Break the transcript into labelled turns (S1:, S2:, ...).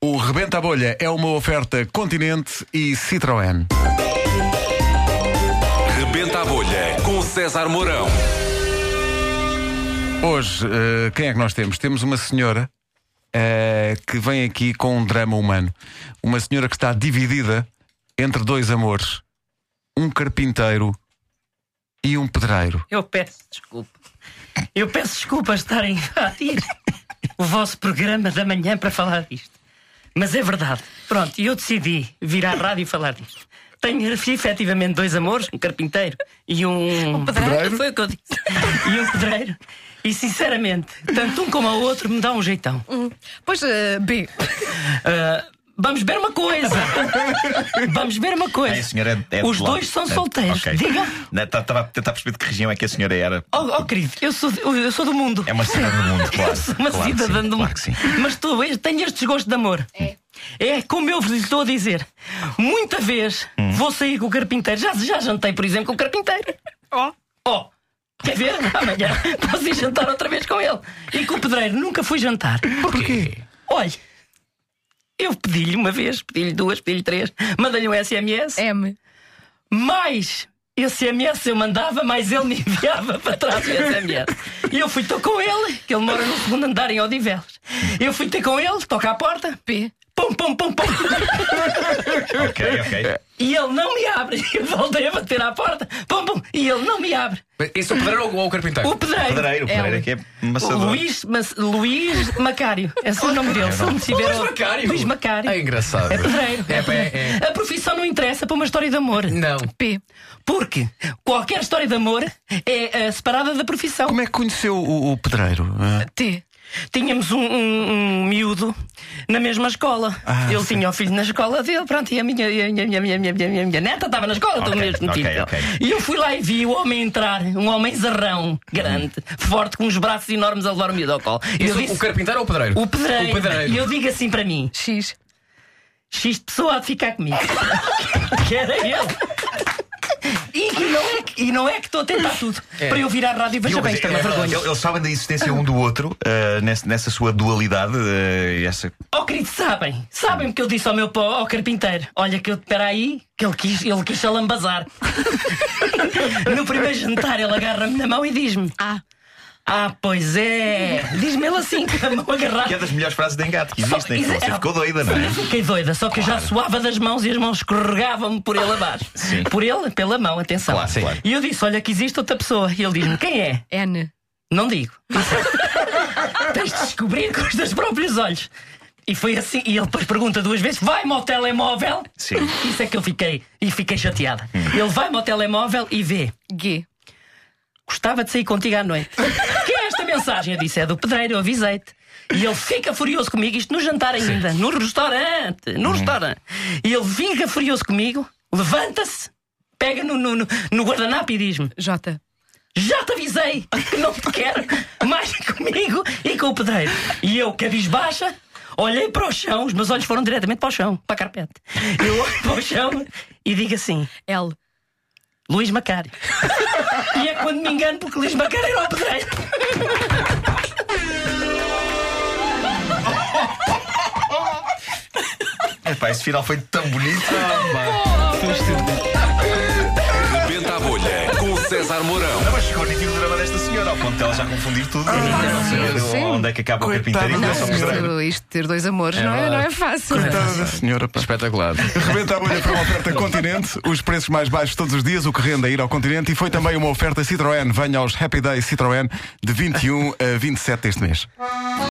S1: O Rebenta a Bolha é uma oferta Continente e Citroën.
S2: Rebenta a bolha com César Mourão.
S1: Hoje, eh, quem é que nós temos? Temos uma senhora eh, que vem aqui com um drama humano. Uma senhora que está dividida entre dois amores: um carpinteiro e um pedreiro.
S3: Eu peço desculpa. Eu peço desculpa a estar a invadir o vosso programa da manhã para falar disto. Mas é verdade. Pronto, e eu decidi vir à rádio e falar disto. Tenho efetivamente dois amores, um carpinteiro e um. Um
S4: pedreiro? Pedreiro?
S3: Foi o que eu disse. e um pedreiro. E sinceramente, tanto um como o outro me dá um jeitão.
S4: Pois, eh, B,
S3: Ah, vamos ver uma coisa. vamos ver uma coisa.
S5: Ai, a senhora é, é
S3: Os
S5: de
S3: dois
S5: Londres,
S3: são
S5: portanto,
S3: solteiros.
S5: ok.
S3: Diga.
S5: Não, Estava a tentar perceber de que região é que a senhora era.
S3: Oh, oh, querido, eu sou, eu sou do mundo.
S5: É uma cidade do mundo,
S3: Eu
S5: claro.
S3: sou uma
S5: claro que
S3: cidadã
S5: sim,
S3: do
S5: Claro que sim.
S3: Mas tu eu tenho este desgosto de amor. É. É como eu vos estou a dizer. Muita vez
S5: Hum.
S3: vou sair com o carpinteiro. Já, já jantei, por exemplo, com o carpinteiro. Oh. Oh. Quer ver? Amanhã posso ir jantar outra vez com ele. E com o pedreiro nunca fui jantar.
S1: Porquê?
S3: Olha, eu pedi-lhe uma vez, pedi-lhe duas, pedi-lhe três, mandei-lhe um SMS.
S4: M.
S3: Mais SMS eu mandava, mais ele me enviava para trás o SMS. E eu fui ter com ele, que ele mora no segundo andar em Odivelas. Eu fui ter com ele, toca à porta,
S4: P.
S3: pum, pum, pum, pum.
S5: Ok, ok.
S3: E ele não me abre. Eu voltei a bater à porta, pum, pum. E ele não me abre.
S2: Esse é o pedreiro ou o carpinteiro?
S3: O pedreiro.
S5: Pedreiro, pedreiro
S4: Ela.
S5: é que é
S3: O
S5: maçador.
S3: um- Luís, Mas- Luís Macário. Esse é o nome dele. Se não tiver.
S2: Luís Macário?
S3: Luís Macário.
S2: É engraçado.
S3: É pedreiro.
S2: É, é,
S3: A profissão não interessa para uma história de amor.
S2: Não.
S4: P.
S3: Porque qualquer história de amor é eh, separada da profissão.
S1: Como é que conheceu o, o pedreiro? Ah,
S4: T.
S3: Tínhamos um, um- um miúdo na mesma escola. Ele tinha o filho na escola dele, pronto, e a minha, e a minha, minha, minha, minha, minha, minha, minha neta estava na escola do
S5: Ok,
S3: mesmo
S5: ok,
S3: filho.
S5: ok.
S3: E eu fui lá e vi o homem entrar, um homem zarrão, grande, forte, com uns braços enormes a levar o miúdo ao colo. E eu
S2: Esse, é
S3: disse,
S2: o carpinteiro ou o pedreiro?
S3: o pedreiro.
S2: O pedreiro.
S3: E eu digo assim para mim:
S4: X.
S3: X de pessoa há de ficar comigo. que era ele. E, e não é que, e não é que estou a tentar tudo. Para eu vir à rádio,
S5: E
S3: veja
S5: uma
S3: bem,
S5: coisa,
S3: isto é uma
S5: eh,
S3: vergonha.
S5: Eles sabem da existência um do outro, eh, nessa, nessa sua dualidade. eh, e essa...
S3: Oh, querido, sabem? Sabem porque eu disse ao meu pó, ao carpinteiro: Olha, que eu espera aí, que ele quis, ele quis alambazar. no primeiro jantar, ele agarra-me na mão e diz-me:
S4: A.
S3: Ah, pois é. Diz-me ele assim, com a mão agarrada.
S5: Que é das melhores frases de engate que
S3: Só-
S5: existem.
S3: isso-
S5: Você
S3: é-
S5: ficou doida, não
S3: Eu
S5: é?
S3: fiquei doida, só que eu já suava das mãos e as mãos escorregavam-me por ele abaixo.
S5: Sim.
S3: Por ele, pela mão, atenção.
S5: Claro, sim. Claro.
S3: E eu disse: Olha, que existe outra pessoa. E ele diz-me: Quem é?
S4: N.
S3: Não digo. Tens de descobrir com os teus próprios olhos. E foi assim, e ele depois pergunta duas vezes: vai-me ao telemóvel?
S5: Sim. Hum.
S3: Isso é que eu fiquei, e fiquei chateada. Ele vai-me ao telemóvel e vê:
S4: G.
S3: gostava de sair contigo à noite. que é esta mensagem? Eu disse: é do pedreiro, eu avisei-te. E ele fica furioso comigo, isto no jantar ainda, no restaurante, no restaurante. E ele fica furioso comigo, levanta-se, pega no, no, no- no guardanapo e diz-me:
S4: J.
S3: já te avisei que não te quero mais comigo e com o pedreiro. E eu, cabisbaixa, olhei para o chão, os meus olhos foram diretamente para o chão, para a carpete. Eu olho para o chão e digo assim:
S4: L.
S3: Luís Macário. E é quando me engano, porque Luís Macário era o pedreiro.
S5: Epá, esse final foi tão bonito.
S2: Rebenta a bolha com César Mourão.
S5: Não, mas ficou nítido o drama desta senhora, ao ponto de ela já confundir tudo. não saber
S4: sim.
S5: onde é que acaba
S1: Coitada
S5: o carpinteiro e
S1: da
S4: Não,
S5: começa o
S1: senhora.
S5: pedreiro.
S4: isto, isto de ter dois amores não, é, não é fácil.
S1: Coitada da Então, senhora, pá.
S2: Espetacular.
S1: Rebenta a bolha foi uma oferta Continente, os preços mais baixos todos os dias, o que rende a ir ao Continente e foi também um uma oferta Citroën. Venha aos Happy Days Citroën de 21 a 27 deste mês.